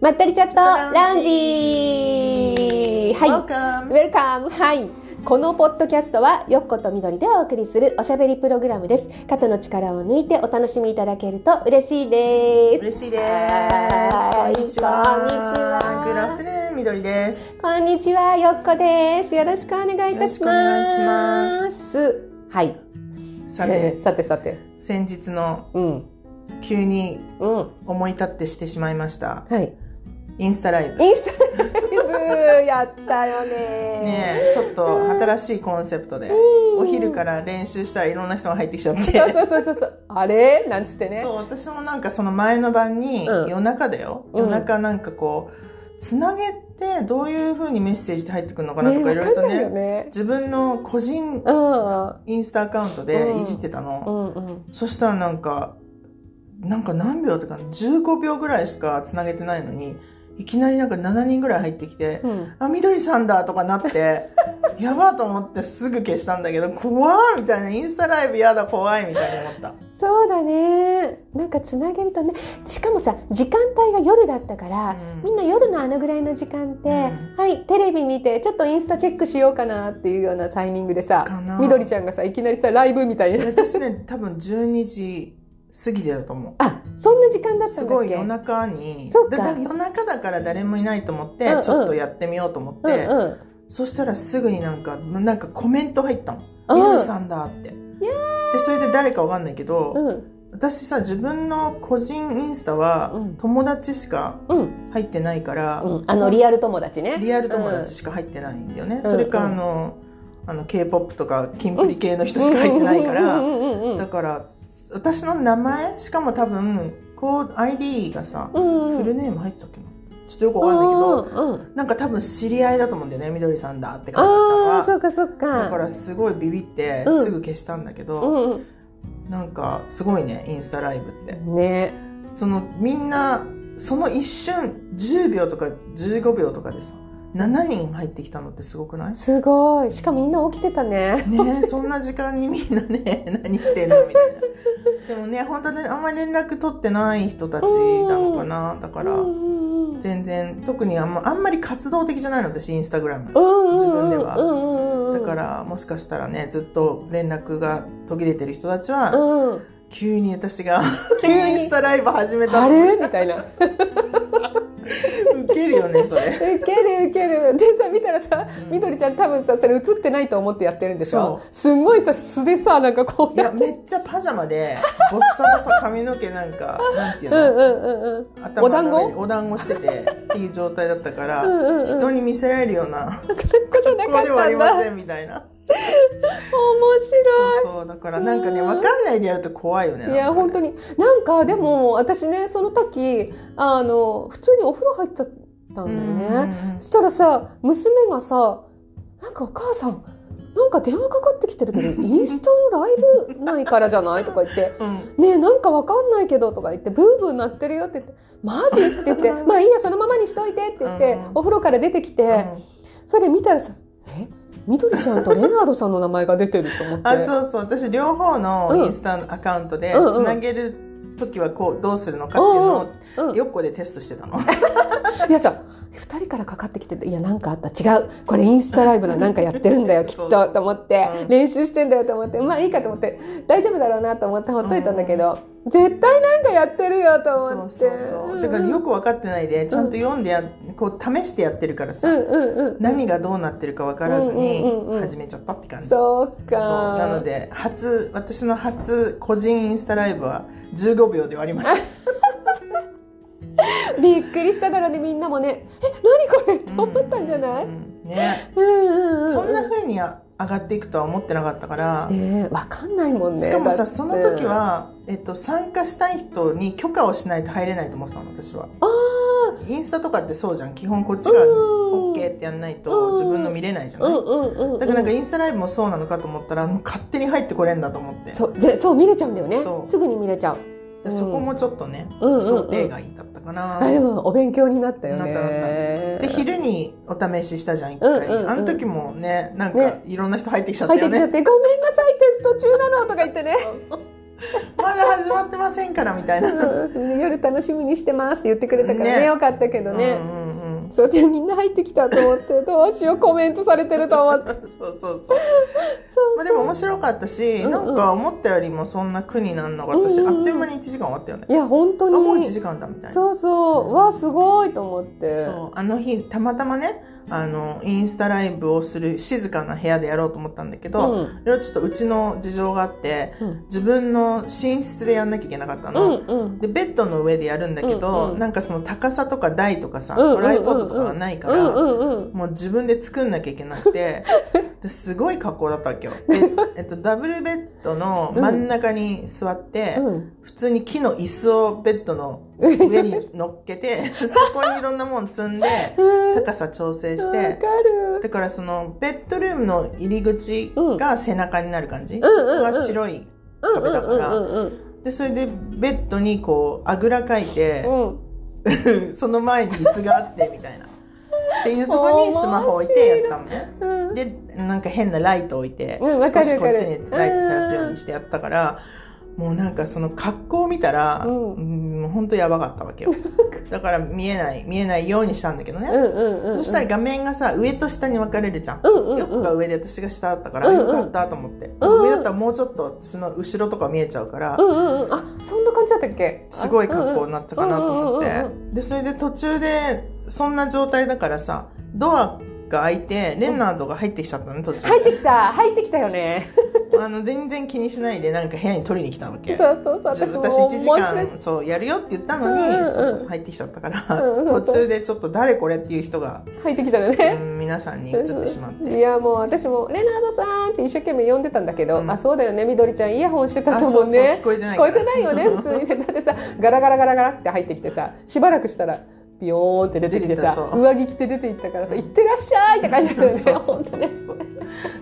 まったりチャットララウウンンジジはい。ウ Welcome! ェルカムはいこのポッドキャストはよっことみどりでお送りするおしゃべりプログラムです肩の力を抜いてお楽しみいただけると嬉しいです嬉しいです。はこいんにちは。こんにちは Good afternoon, みどりです。こんにちはよっこですよろしくお願いいたしますよろしはいさて、 さてさて先日のうん急にうん思い立ってしてしまいました。はいインスタライブ。ねインスタライブやったよねえちょっと新しいコンセプトで、お昼から練習したらいろんな人が入ってきちゃって。 そうそうそうそうあれなんつってねそう私もなんかその前の晩にうん夜中だよ、うん夜中なんかこうつなげってどういうふうにメッセージで入ってくるのかなとかねいろいろとわかんないねよね自分の個人うんインスタアカウントでいじってたの、うんうんそしたらなんかなんか何秒とか15秒ぐらいしかつなげてないのにいきなりなんか7人ぐらい入ってきてうん「あみどりさんだ」とかなって やばと思ってすぐ消したんだけど怖ーみたいなインスタライブやだ怖いみたいに思った。そうだねなんかつなげるとねしかもさ時間帯が夜だったから、うんみんな夜のあのぐらいの時間って、うんはいテレビ見てちょっとインスタチェックしようかなっていうようなタイミングでさかなみどりちゃんがさいきなりさライブみたいな私ね多分12時過ぎてだと思うあそんな時間だったすんだっごけい夜中にそうかだから夜中だから誰もいないと思って、うんうんちょっとやってみようと思って、うんうんそしたらすぐになんかなんかコメント入ったの「うんみどりさんだ」って。でそれで誰かわかんないけど、うん私さ自分の個人インスタはうん友達しかうん入ってないから、うんあのリアル友達ねリアル友達しか入ってないんだよね、んそれかあの,、あの k p o p とかキンプリ系の人しか入ってないから。うんうんうんうんだから私の名前しかも多分こう ID がさ、うんうんフルネーム入ってたっけなちょっとよくわかんないけど、うんうんなんか多分知り合いだと思うんだよねみどりさんだって感じああだそっかそっからかだからすごいビビってうんすぐ消したんだけど、うんなんかすごいねインスタライブってうんねそのみんなその一瞬10秒とか15秒とかでさ7人入ってきたのってすごくないすごいしかもみんな起きてたねねえそんな時間にみんなね 何してんのみたいなでもね本当ねあんまり連絡取ってない人たちなのかなだからうんうんうん全然特にあん,、まあんまり活動的じゃないの私インスタグラム自分ではだだか、らもしかしたらねずっと連絡が途切れてる人たちは、うん、急に 私が急にインスタライブ始めたあのれみたいなウケるよねそ れウケるウケるでさ見たらさ、うんみどりちゃん多分さそれ映ってないと思ってやってるんでしょそすんごいさ素でさなんかこいうややっめっちゃパジャマでボッサボサ髪の毛なんかなんていううの、んうんうんうんお頭団の上に子お団子して てっていう状態だったからうんうんうん人に見せられるような格好じゃなこかうっではあたりんだま面せんみたいな白そうだからなんかねうん分かんないでやると怖いよねいいや本当にになんかでも私ねその時あの普通にお風呂入っちゃったんだよね、そしたらさ娘がさ「なんかお母さんなんか電話かかってきてる けどインスタのライブないからじゃない?」とか言ってうん「ねえなんかわかんないけど」とか言って「ブーブー鳴ってるよ」って言って「マジ?」って言 って「まあいいやそのままにしといて」って言って、うんお風呂から出てきて、うんそれで見たらさ「えみどりちゃんとレナードさんの名前が出てる」と思って。 あそうそう私両方うんのインスタのアカウントでうんうんつなげる時はこうどうするのかっていうのをうん、いよっこでテストしてたのやさ2人からかかってきてて「いやなんかあった違うこれインスタライブのなんかやってるん だよきっそうそうと」そうと思ってうん練習してんだよと思ってまあいいかと思って大丈夫だろうなと思ってほっといたんだけど、絶対なんかやってるよとそ思うってそうそうだからよく分かってないでちゃんと読んでやこう試してやってるからうさんうんうん何がどうなってるか分からずにうんうんうんうん始めちゃったって感じそうかそうなので初私の初個人インスタライブは15秒で終わりました びっくりしただろうねみんなもね「え何これ?」と思ったんじゃない、ううんんねうんうん、そんな風にあ上がっていくとは思ってなかったから、ねえわかんないもんねしかもださってその時は、えっと、参加したい人に許可をしないと入れないと思ってたの私はあインスタとかってそうじゃん基本こっちあがうん OK ってやんないうんと自分の見れないじゃうない、んうんうんうんだからなんかインスタライブもそうなのかと思ったらもう勝手に入ってこれんだと思ってそそうでそう見れちゃうんだよねそうすぐに見れちゃうそこもちょっとね、うんうんうん想定外だったかな、あでもお勉強になったよねなったで昼にお試ししたじゃん一うん回、うんうんあの時もねなんねかいろんな人入ってきちゃった入ってよきちねゃって「ごめんなさいテスト中なの」とか言ってねまだ始始まってませんからみたいな。うん夜楽しみにしてますって言ってくれたからねねよかったけどね、うんうんうんそうでみんな入ってきたと思ってどうしようコメントされてると思ってそう そうそう。そうまあでも面白かったし、んうんなんか思ったよりもそんな苦になんなかったし、うんうんうんあっという間に1時間終わったよね。いや本当あにもう1時間だみたいな。そうそうわあすごいと思ってそうあの日たまたまねあのインスタライブをする静かな部屋でやろうと思ったんだけど、ういろいろちょっとうちの事情があってうん自分の寝室でやんなきゃいけなかったうんの、うんでベッドの上でやるんだけど、うんうんなんかその高さとか台とかさ、うんうんうんトライポッドとかがないから、うんうんうんもう自分で作んなきゃいけな くてですごい格好だったわけよで、えっと、ダブルベッドの真ん中に座って、うん普通に木の椅子をベッドの上に乗っ けてそこにいろんなもん積んでうん高さ調整しわてかるだからそのベッドルームの入り口が背中になる感じ、んそこが白いうん壁だからうんうんでそれでベッドにこうあぐらかいてう、んうん その前に椅子があってみたいなっていうとこにスマホ置いてやったのねうんでなんか変なライト置いて、うんわか少るしこわっかちるにライト照らすようにしてやったからもうなんかその格好を見たら、ううんん、もうほんとやばかったわけ よだから見えない見えないようにしたんだけどね、うんうんうんそしたら画面がさ上と下に分かれるじゃん、うんうんうんよくが上で私が下だったから、うんうんよかったと思って、うんうん上だったらもうちょっと私の後ろとか見えちゃうから、うんうんうんあそんな感じだったっけすごい格好になったかなと思って、うんうんうんうんでそれで途中でそんな状態だからさドアが開いてレナードが入ってきちゃったの途中で入ってきた入ってきたよねあの全然気にしないでなんか部屋に取りに来たわそけうそうそうじゃあ私も私1時面白い間そうやるよって言ったのに、うんうんそうそうそう入ってきちゃったから、うんうん途中でちょっと誰これっていう人が、入ってきたようねん皆さんに映ってしまって。いやもう私も「レナードさん」って一生懸命呼んでたんだけど、うんあそうだよねみどりちゃんイヤホンしてたあと思そううそうね聞こえてな聞いこからえてないよね普通にねだってさガラガラガラガラって入ってきてさしばらくしたらビヨーンって出てきて出てさきたそう上着着て出ていったからさ「いってらっしゃい」って感じだよねそうそ本う当そうねそう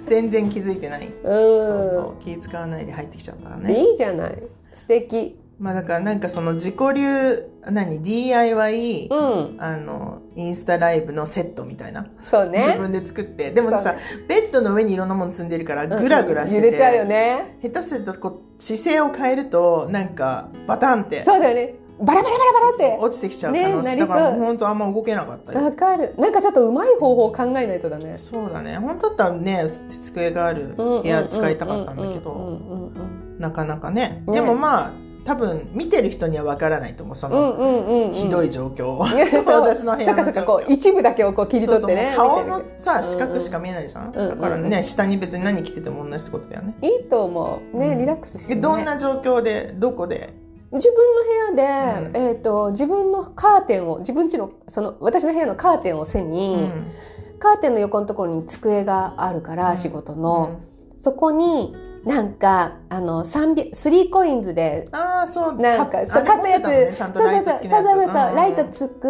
全然気づいてない、うそんうそう気使わないで入ってきちゃったからねいいじゃない素敵まあだからなんかその自己流何 DIY、うんあのインスタライブのセットみたいな、そう自ね分で作ってでもそうさ、ベッドの上にいろんなもの積んでるからグラグラしてうんて、揺れちゃうよね下手するとこう姿勢を変えるとなんかバタンってそうだよねバラバラバラバラって落ちてきちゃう可能性、ねだからなりそうもう本当あんま動けなかったりわかるなんかちょっとうまい方法を考えないとだねそうだね本当だったらね机がある部屋使いたかったんだけうどんうんうんなかなかねねでもまあ多分見てる人には分からないと思うそうんの、うんうんうんひどい状況を、いや そう私の部そ屋っかそのっ状か況こう一部だけをこう切り取ってねそうそうもう見顔てのさうんうん四角しか見えないじゃうん、んうんうんだからね下に別に何着てても同じってことだよねるいいと思うね、うんリラックスして、でね、どんな状況でどこで自分の部屋で、うんえー、と自分のカーテンを自分家のその私の部屋のカーテンを背うに、カーテンの横のところに机があるから、うん仕事の、そこになんかあの300 3コインズでああそうなんかそうあ買れったやつ持ってのねちゃんとそうラそうそイトうそう付きのそうやつそううんライトつく、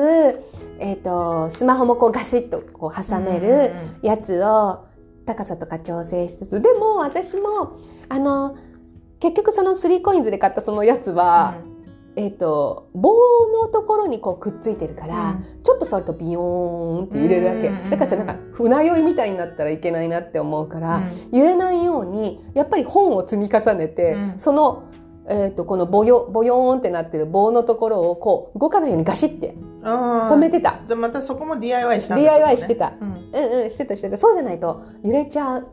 えー、とスマホもこうガシッとこう挟める。うんうんうんやつを高さとか調整しつつでも私もあの結局その 3COINS で買ったそのやつは、えっと棒のところにこうくっついてるから、ちょっと触るとビヨーンって揺れるわけ、うんうんうんだからさなんか船酔いみたいになったらいけないなって思うかうんら、揺れないようにやっぱり本を積み重ねて、うんその、えっとこのボヨボヨーンってなってる棒のところをこう動かないようにガシッてあー止めてた、じゃあまたそこも DIY したんだ DIY ちしょってとねた。うんうんうんしてたしてたそうじゃないと揺れちゃう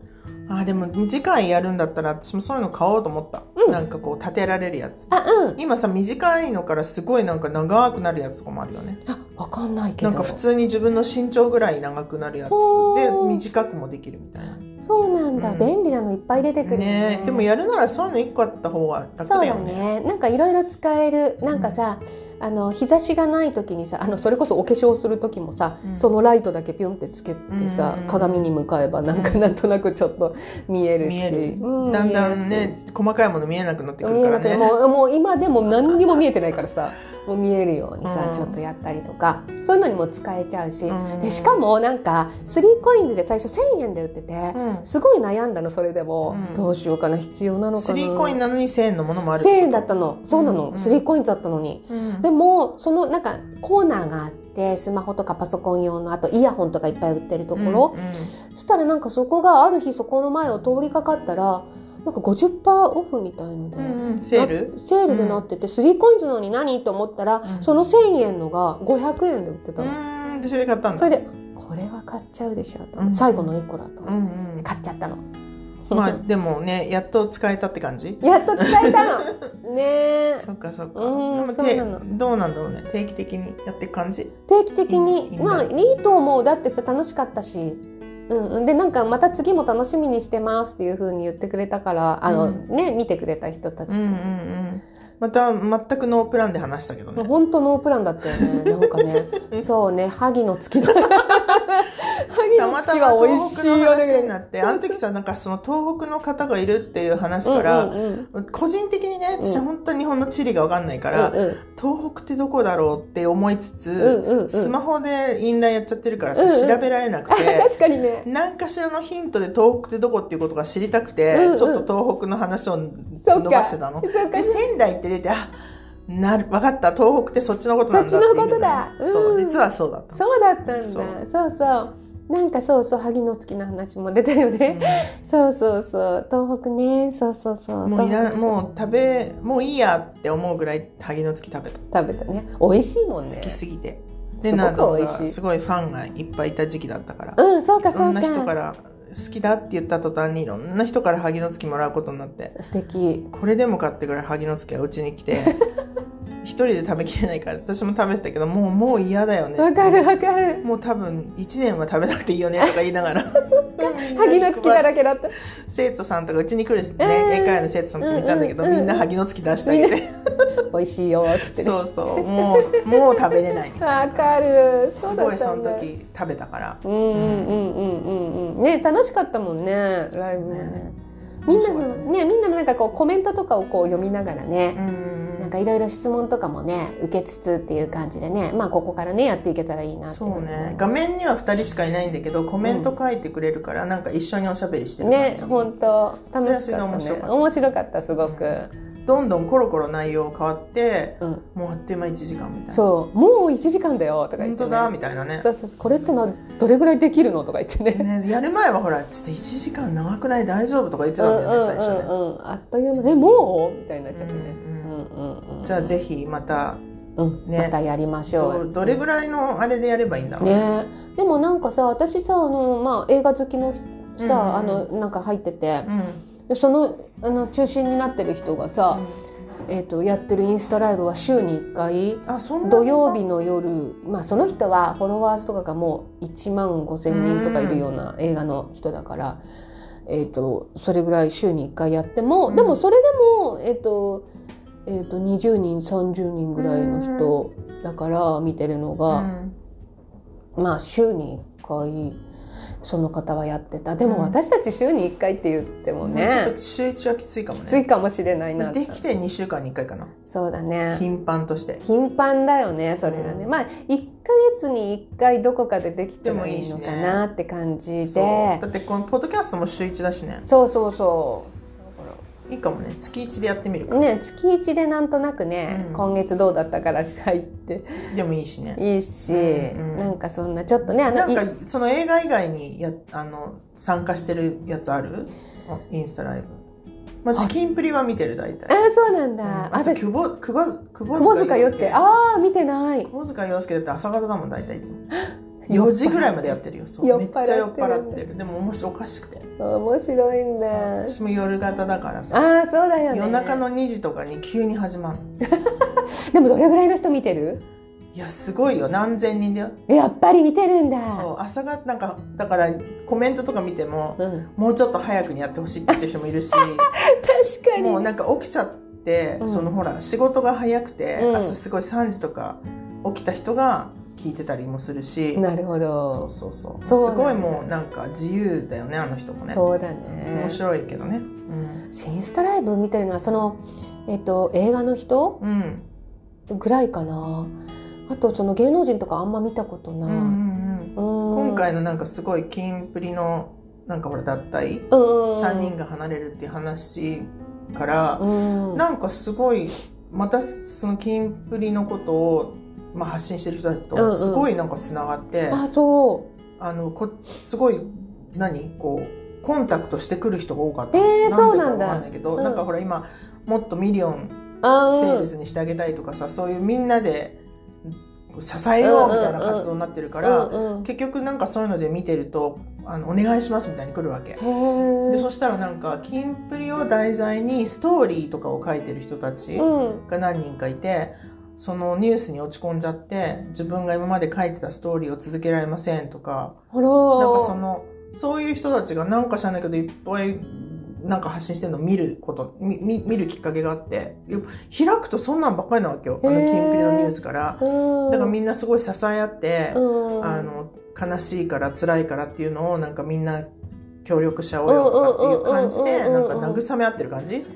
あーでも次回やるんだったら私もそういうの買おうと思った、うんなんかこう立てられるやつあうん今さ短いのからすごいなんか長くなるやつとかもあるよねあわかんないけなどんか普通に自分の身長ぐらい長くなるやつほでー短くもできるみたいなそうなんだ、うん便利なのいっぱい出てくるよねえでもやるならそういうの1個あった方が楽そうだだよねねなんかいろいろ使えるなんかさ、あの日差しがない時にさあのそれこそお化粧する時もさ、うんそのライトだけピョンってつけてさ、うんうん鏡に向かえばなんかうんなんとなくちょっと見えるし、見えるうだんだん見えやねすいし細かいもの見えなくなってく見るえかならくてねもうもう今でも何にも見えてないからさもう見えるようにさ、うんちょっとやったりとかそういうのにも使えちゃうし、うんでしかもなんか 3COINS で最初1,000円で売ってて、うんすごい悩んだのそれでも、うんどうしようかな必要なのかな3コインなのに1000円のものもある1000円だったのそうなうの、んうんスリーコインズだったのにうんでもそのなんかコーナーがあってスマホとかパソコン用のあとイヤホンとかいっぱい売ってるところ、うんうんそしたらなんかそこがある日そこの前を通りかかったらなんか50%オフみたいので、うんうんセールなセールでなってて、スリーコインズのに何と思ったら、うんその1,000円のが500円で売ってうたの、ーんでそれで買ったんだそれでこれは買っちゃうでしょと、うん最後の1個だと、うんうん買っちゃったの。まあでもねやっと使えたって感じ やっと使え たのねえそっかそっかうんでもそうてなのどうなんだろうね定期的にやっていく感じ定期的にいいんだまあいいと思うだってさ楽しかったし、うんうん、でなんかまた次も楽しみにしてますっていう風に言ってくれたからあの、うんね見てくれた人たちと、うんうんうんまた全くノープランで話したけどね本当ノープランだったよね。なんか ね、そうね、萩の月だ。萩たのまた月まは美味東し北いのよ話にね。なってあの時さなんかその東北の方がいるっていう話うんから、うんうん個人的にね、うん私本当に日本の地理が分かんないから、東北ってどこだろうって思いつつ、うんうんうんスマホでインラインやっちゃってるからさ、うんうん調べられなくあて。 確かにね。何かしらのヒントで東北ってどこっていうことが知りたくて、うんうんちょっと東北の話をそっか伸ばしてたの。そでうかね仙台って出てあなる分かった東北ってそっちのことなんだっていうそっちのことだうんそう実はそうだった。そうだったんそだ。うそうそう。なんかそうそう萩の月の話も出たよね。そうそうそう東北ね。そうそうそう。もういら東もう食べもういいやって思うぐらい萩の月食べた、北食べたね。美味しいもんね好。きすぎてすごなくん美か味しすい。ごいファンがいっぱいいた時期だったから、うん、そうかいろそうんな人かか。ら好きだって言った途端にいろんな人から萩の月もらうことになって素敵。これでも買ってくらい萩の月はうちに 来て一人で食べきれないから私も食べてたけどもうもう嫌だよねわかるわかる。もう多分1年は食べなくていいよねとか言いながら萩の月だらけだった。生徒さんとかうちに来るしねうん英会話の生徒さんとかもいたんだけど、うんうんうんみんな萩の月出してあげて美味しいよつってね。そうそうもうもう食べれないみたわいなかる。すうだごっいたそんのだ。時食べたからうんうんうんうんうんね楽しかったもんねライブもね。みんなのねみんなのなんかこうコメントとかをこう読みながらうね、んなんかいろいろ質問とかもね受けつつっていう感じでねまあここからねやっていけたらいいなってそうね感画面には2人しかいないんだけどコメント書いてくれるから、なんか一緒におしゃべりしじてる感ねじ、本当れ楽はしそかれでったね面白かった面白かったすごく、どんどんコロコロ内容変わってうん、もうあっという間1時間みたいなそうもう1時間だよとか言って、本当ね、だみたいなねそうそうこれってのどれぐらいできるのとか言ってねねやる前はほらちょっと1時間長くない大丈夫とか言ってうんたうんだよねん最初ね、うんうんあっという間ねもうみたいになっちゃってね、うんうんうんうんじゃあぜひまたうん、ねまたやりましょうどどれぐらいのあれでやればいいんだろう、ねでもなんかさ私さあの、まあ、映画好きのうんうんうんさ、あのなんか入っててう、んでそのあの中心になってる人がさ、えー、とやってるインスタライブは週に1回あそんな土曜日の夜、まあ、その人はフォロワーズとかがもう1万5,000人とかいるような映画の人だから、えー、とそれぐらい週に1回やっても、うんでもそれでも、えーとえー、と20人30人ぐらいの人だから見てるのうが。んまあ週に1回その方はやってたでうんも私たち週に1回って言ってももうちょっねと、週1はきついかもきついねかもしれないなってできて2週間に1回かなそうだね頻繁として頻繁だよねそれがね、うんまあ1ヶ月に1回どこかでできてもいいのかなって感じでそうだってこのポッドキャストも週1だしねそうそうそうだからいいかもね月1でやってみるか、ね、月1でなんとなくね、うん今月どうだったから入ってでもいいしねいいし、うんうんなんかそんなちょっとねあのなんいかその映画以外にやあの参加してるやつあるあインスタライブまあ、私あキンプリは見てる大体あそうなんだ、うんあと私久保久保久窪塚洋介久ああ見てない保塚洋介だって朝方だもん大体い つも4時ぐらいまでやってるよそうめ酔っっ払ってるちゃ酔っ払ってるでも面白おかしくて面白いんそだ。う私も夜型だからさああそうだよね。夜中の2時とかに急に始まるでもどれぐらいの人見てる？いやすごいよ何千人だよやっぱり見てるんだ。そう朝方なんかだからコメントとか見てもうん、もうちょっと早くにやってほしいって言ってる人もいるし確かに。もうなんか起きちゃって、うんそのほら仕事が早くて、うん朝すごい3時とか起きた人が聞いてたりもするし、なるほそうど。そうそうそうなんだすごいもうなんか自由だよねあの人もねそうだ面ね。白いけどねうん、インスタライブ見てるのはそのえっと映画の人うんぐらいかな。あとその芸能人とかあんま見たことうない。んうんうん、今今回のなんかすごいキンプリのなんかほら脱退、三3人。が離れるっていう話から、うん。なんかすごいまたそのキンプリのことを、まあ、発信してる人たちうんうとんすごいなんかつながって、あそう。あのこすごい何こうコンタクトしてくる人が多かった。えーでかそうなんだわかんないけど、うんなんかほら今、もっとミリオンあセーールスにしてあげたいとかさ、そういうみんなで支えようみたいな活動になってるから、うんうん、結局なんかそういうので見てると、あの、お願いしますみたいに来るわけ。へでえそしたらなんかキンプリを題材にストーリーとかを書いてる人たちうんが何人かいてそのニュースに落ち込んじゃって自分が今まで書いてたストーリーを続けられませんとかあらなんーかそのそういう人たちがなんか知らないけどいっぱいなんか発信してるのを見ることみみ見るきっかけがあってやっぱ開くとそんなんばっかりなわけよあのへーキンプリのニュースから。うん、だからみんなすごい支え合って、うん、あの悲しいから辛いからっていうのをなんかみんな協力し合おうよとかっていう感じでうんうんうなんうんんか慰め合ってる感じみみ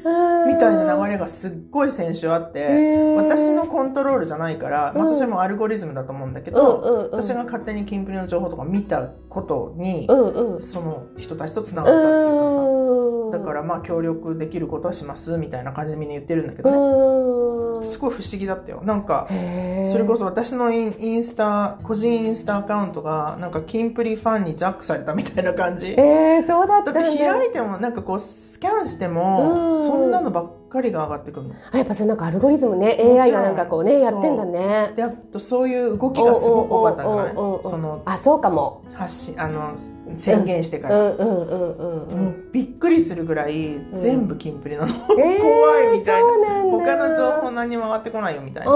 たたいな流れがすっごい先週あってれ私のコントロールじゃないからまうたんそれもアルゴリズムだと思うんだけうんどうんうん、私が勝手にキンプリの情報とか見たことにうんうんその人たちとつながったっていうかさうんだからまあ協力できることはしますみたいな感じでみんな言ってるんだけどねうんすごい不思議だったよなんかへーそれこそ私のインインスタ個人インスタアカウントがなんかキンプリファンにジャックされたみたいな感じだえー、そうだっったんてだ開いてもなんかこうスキャンしてもうんそんなのばっかりが上がってくるのあやっぱそれなんかアルゴリズムねろん AI がなんかこうねやってんだねであとそういう動きがすごく多かったんじゃないおうおうおうおうおうそのあそうかも発信あの宣言してうから、んうんうんうんうもんうびっくりするぐらい全部キンプリなの、えー 怖いみたいなそうなんだ他の情報何にも上がってこないよみたいな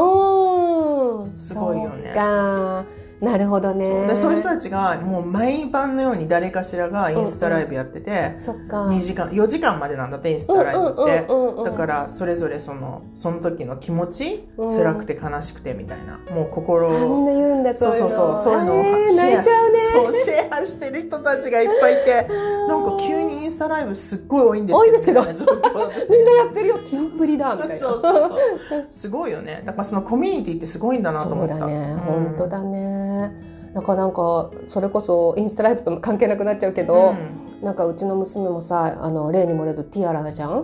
おーすごいよねそうかなるほどねそうでそういう人たちがもう毎晩のように誰かしらがインスタライブやってて、そっか2時間4時間までなんだってインスタライブって、うんうんうんうんだからそれぞれそのその時の気持ち、うん辛くて悲しくてみたいなもあう心みんをな言うんだそうそうそうそういうのをえーシ泣ェいアちしゃうねそうシェアしてる人たちがいっぱいいてなんか急にインスタライブすっごい多いんです多いんですけどみたいな状況だった みんなやってるよキンプリだみたいなそうそうそうすごいよねだからそのコミュニティってすごいんだなとそ思うっただね、うん本当だねなんかなんかそれこそインスタライブとも関係なくなっちゃうけうど、んなんかうちの娘もさあの例に漏れずティアラじゃん、う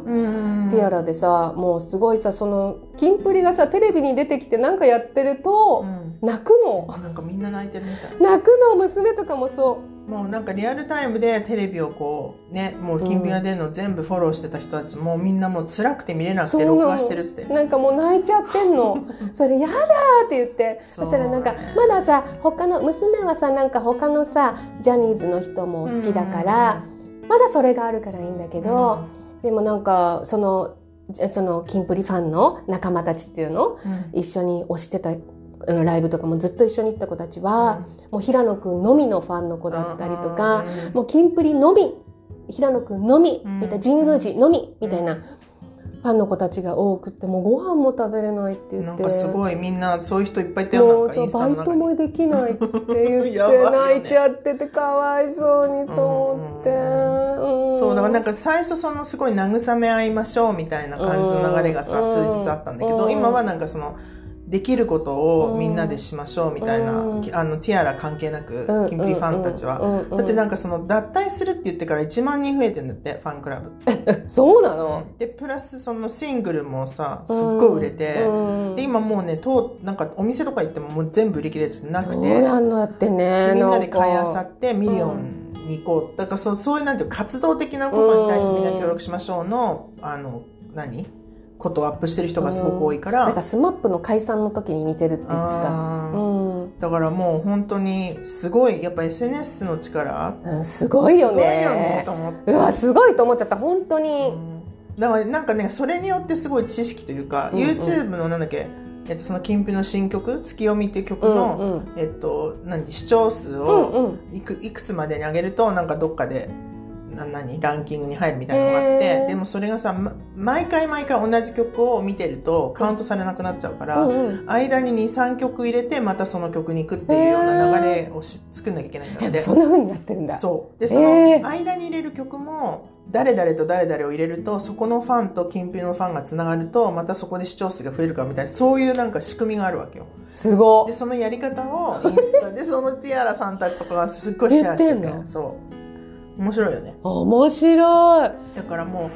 んティアラでさもうすごいさそのキンプリがさテレビに出てきてなんかやってるうと、ん泣くのなんかみんな泣いてるみたい泣くの娘とかもそもうなんかリアルタイムでテレビをこうねもう金瓶が出るのを全部フォローしてた人たちもみんなもう辛くて見れなくそうてなの録画してるっつってうなんかもう泣いちゃってん のそれ「やだ!」って言ってそしたらなんかまださ他の娘はさなんか他のさジャニーズの人も好きだから、まだそれがあるからいいんだけけど。でもなんかそのじゃそのキンプリファンの仲間たちっていうの一緒に推してたあのライブとかもずっと一緒に行った子たちは、もう平野くんのみのファンの子だったりとか、もうキンプリのみ平野くんのみ、うんみたいな神宮寺のみ、みたいうなファンの子たちが多くてもうご飯も食べれないって言ってなんかすごいみんなそういう人いっぱいいたもようなんそかイうバンスタのイ中トにもできないって言っやばいてよね泣いちゃっててかわいそうにと思って。うんそうだからなんか最初そのすごい慰め合いましょうみたいな感じの流れがさうん数日あったんだけうどん今はなんかそのできることをみんなでしましょうみたいなうんきあのティアラ関係なくキンプリファンたちははだってなんかその脱退するって言ってから1万人増えてんだってファンクラブそうなのでプラスそのシングルもさすっごい売れて、うんで今もうねとうなんかお店とか行ってももう全部売り切れてなくてそうなんだってねみんなで買いあさてってミリオンに行こう、だからそそういうなんていうか活動的なことに対してみんな協力しましょうの、あの何ことをアップしてる人がすごく多いから、なんかスマップの解散の時に似てるって言ってたあうーん、うだからもう本当にすごいやっぱ SNS の力ん、すごいよすごいよねねと思って。うわすごいと思っちゃった本当に、だからなんかねそれによってすごい知識というか、うんうん YouTube のなんだっけ、えっと、その金ピの新曲「月読み」っていう曲うん、の、うんえっと、何視聴数うんをうんいくいくつまでに上げるとなんかどっかでな何ランキングに入るみたいなのがあって、へーでもそれがさ、ま毎回毎回同じ曲を見てるとカウントされなくなっちゃうから。うんうん間に23曲入れてまたその曲に行くっていうような流れをし作んなきゃいけないんだっえてそんな風になってるんだそうでそえーの間に入れる曲も誰々と誰々を入れるとそこのファンとキンプリのファンがつながるとまたそこで視聴数が増えるからみたいなそういうなんか仕組みがあるわけよすごでいそのやり方をインス タでそのティアラさんたちとかがすっごいシェアして言ってんてのそう面白いよね面白いだからもう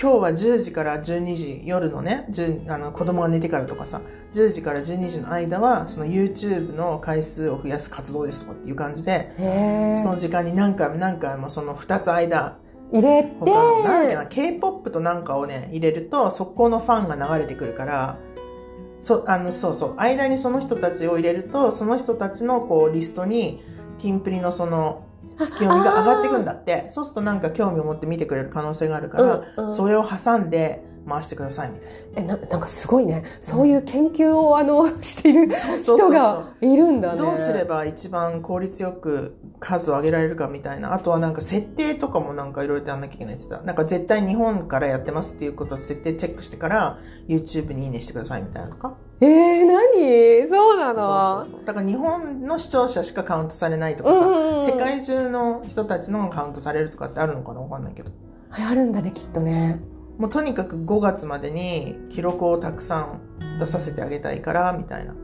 今日は10時から12時夜のね10あの子供が寝てからとかさ10時から12時の間はその YouTube の回数を増やす活動ですとかっていう感じでへその時間に何回も何回もその2つ間入れて他のなんだっけな K-POP となんかをね入れると速攻のファンが流れてくるからそあのそうそう間にその人たちを入れるとその人たちのこうリストにキンプリのその月読みが上がってくんだってそうするとなんか興味を持って見てくれる可能性があるから、うんうんそれを挟んで回してくださいみたいえななんかすごいねそういう研究をあの しているな。そうそう人そうがいるんだねどうすれば一番効率よく数を上げられるかみたいな。あとはなんか設定とかもなんかいろいろやんなきゃいけないって言ってた。なんか絶対日本からやってますっていうことを設定チェックしてから YouTube にいいねしてくださいみたいなとか。えー、何そうなのそうそうそうだから日本の視聴者しかカウントされないとかうんさ、うんうん世界中の人たちのがカウントされるとかってあるのかなわかんないけど。流行るんだねきっとねもうとにかく5月までに記録をたくさん出させてあげたいからみたいな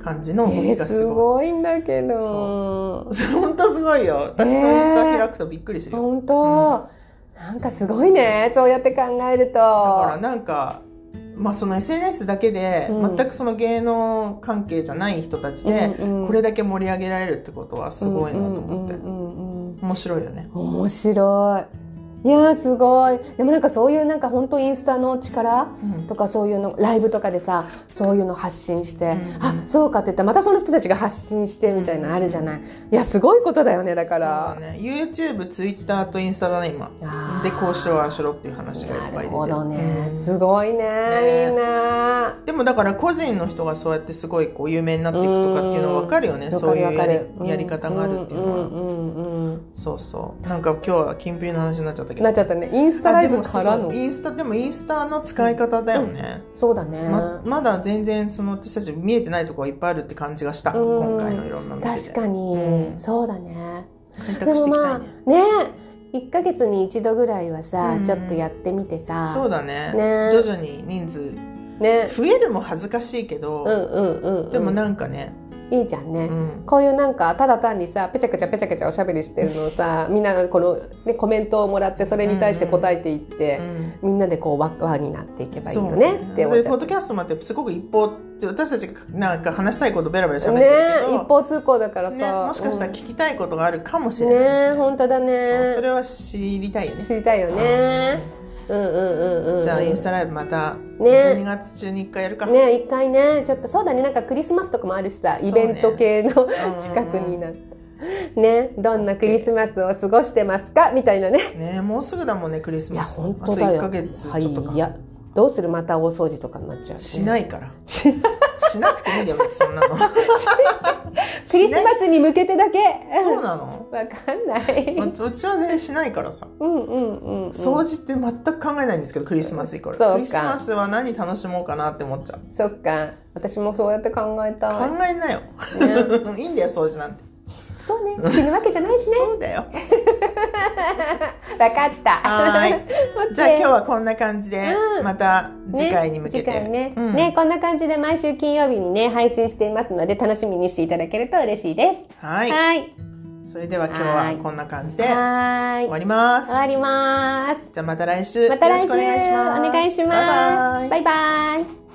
感じえの動きー、がすすごい。ごいんだけど 本当すごいよ。私のインスタ開くとびっくりするよ。本当、なんかすごいねそうやって考えるとだからなんか、まあ、その SNS だけで、うん全くその芸能関係じゃない人たちで、うんうんこれだけ盛り上げられるってことはすごいなと思って、うんうんうんうん面白いよね。面白いいやーすごいでもなんかそういうなんか本当インスタの力とかそういうのライブとかでさそういうの発信して、うんあそうかって言ったらまたその人たちが発信してみたいなのあるじゃない、いやすごいことだよねだからそうだね、YouTube、Twitter とインスタだね今あーでこうしろああしろっていう話がいっぱい出なてるほどね、うんすごいねねみんなでもだから個人の人がそうやってすごいこう有名になっていくとかっていうのは分かるよねわそかういるわうやかりるやり方があるっていうのは、んうんうんうんそうそうなんか今日はキンプリの話になっちゃったけどなっちゃったねインスタライブからあでもそうのそうそうインスタでもインスタの使い方だよね、だね、ままだ全然その私たち見えてないところがいっぱいあるって感じがした、うん今回のいろんなの見てて確かに、うんそうだね開で拓もしていきまたあいねね1か月に一度ぐらいはさ、うんちょっとやってみてさそうだねね徐々に人数ね増えるも恥ずかしいけど、うんうんうん、うん、でもなんかね、いいじゃんね、うんこういうなんかただ単にさペチャクチャペチャクチャおしゃべりしてるのをさみんながこの、ね、コメントをもらってそれに対して答えていって、うんみんなでこう輪輪になっていけばいいそようねって思っちでゃポうッ。ドキャストもあってすごく一方私たちがなんか話したいことベラベラ喋ってねるけど一方通行だからねさ、もしかしたら聞きたいことがあるかもしうれんなねいしね本当だそうそねれは知りたいよね知りたいよね、うん、うんうんうんうんじゃあインスタライブまた12月中に1回やるか、ね一回ねちょっとそうだねなんかクリスマスとかもあるしさイベント系の、うん近くになってねどんなクリスマスを過ごしてますかみたいなねねもうすぐだもんねクリスいやマス本当だよあと1ヶ月はちょっとか、いいやどうするまた大掃除とかになっちゃうしないいから しないしなくていいんだよ別にそんなの クリスマしスに向けてだけないそう わなのかんない、まうちは全然しないからさうんうんうん、うん、掃除って全く考えないんですけどクリスマスイコールそうかクリスマスは何楽しもうかなって思っちゃうそっか私もそうやって考え考たえなよい、ね、 いいんだよ掃除なんてそうね死ぬわけじゃないしねそうだよわかったは ー OK じゃあ今日はこんな感じで、うんまた次回に向けて、ね、次回ね,、うんねこんな感じで毎週金曜日にね配信していますので楽しみにしていただけると嬉しいではいすはいそれでは今日ははいこんな感じで終はーいわります終わりますじゃあまた来週また来週よろしくお願いしますお願いしますバイバイバイバイ